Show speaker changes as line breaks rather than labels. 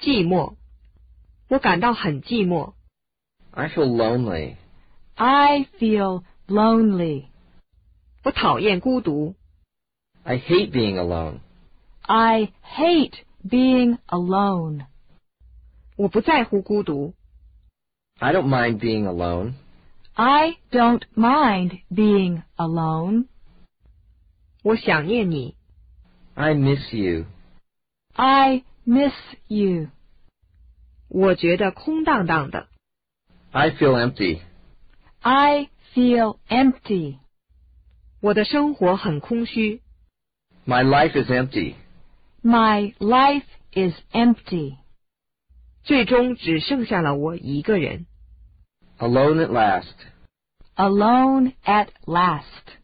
寂寞，我感到很寂寞。
I feel lonely.
I feel lonely.
我讨厌孤独，
I hate being alone.
I hate being alone.
我不在乎孤独，
I don't mind being alone.
I don't mind being alone.
我想念你，
I miss you.
I miss you.
我觉得空荡荡的，
I feel empty.
I feel empty.
我的生活很空虚，
My life is empty.
My life is empty.
最终只剩下了我一个人。
Alone at last.
Alone at last.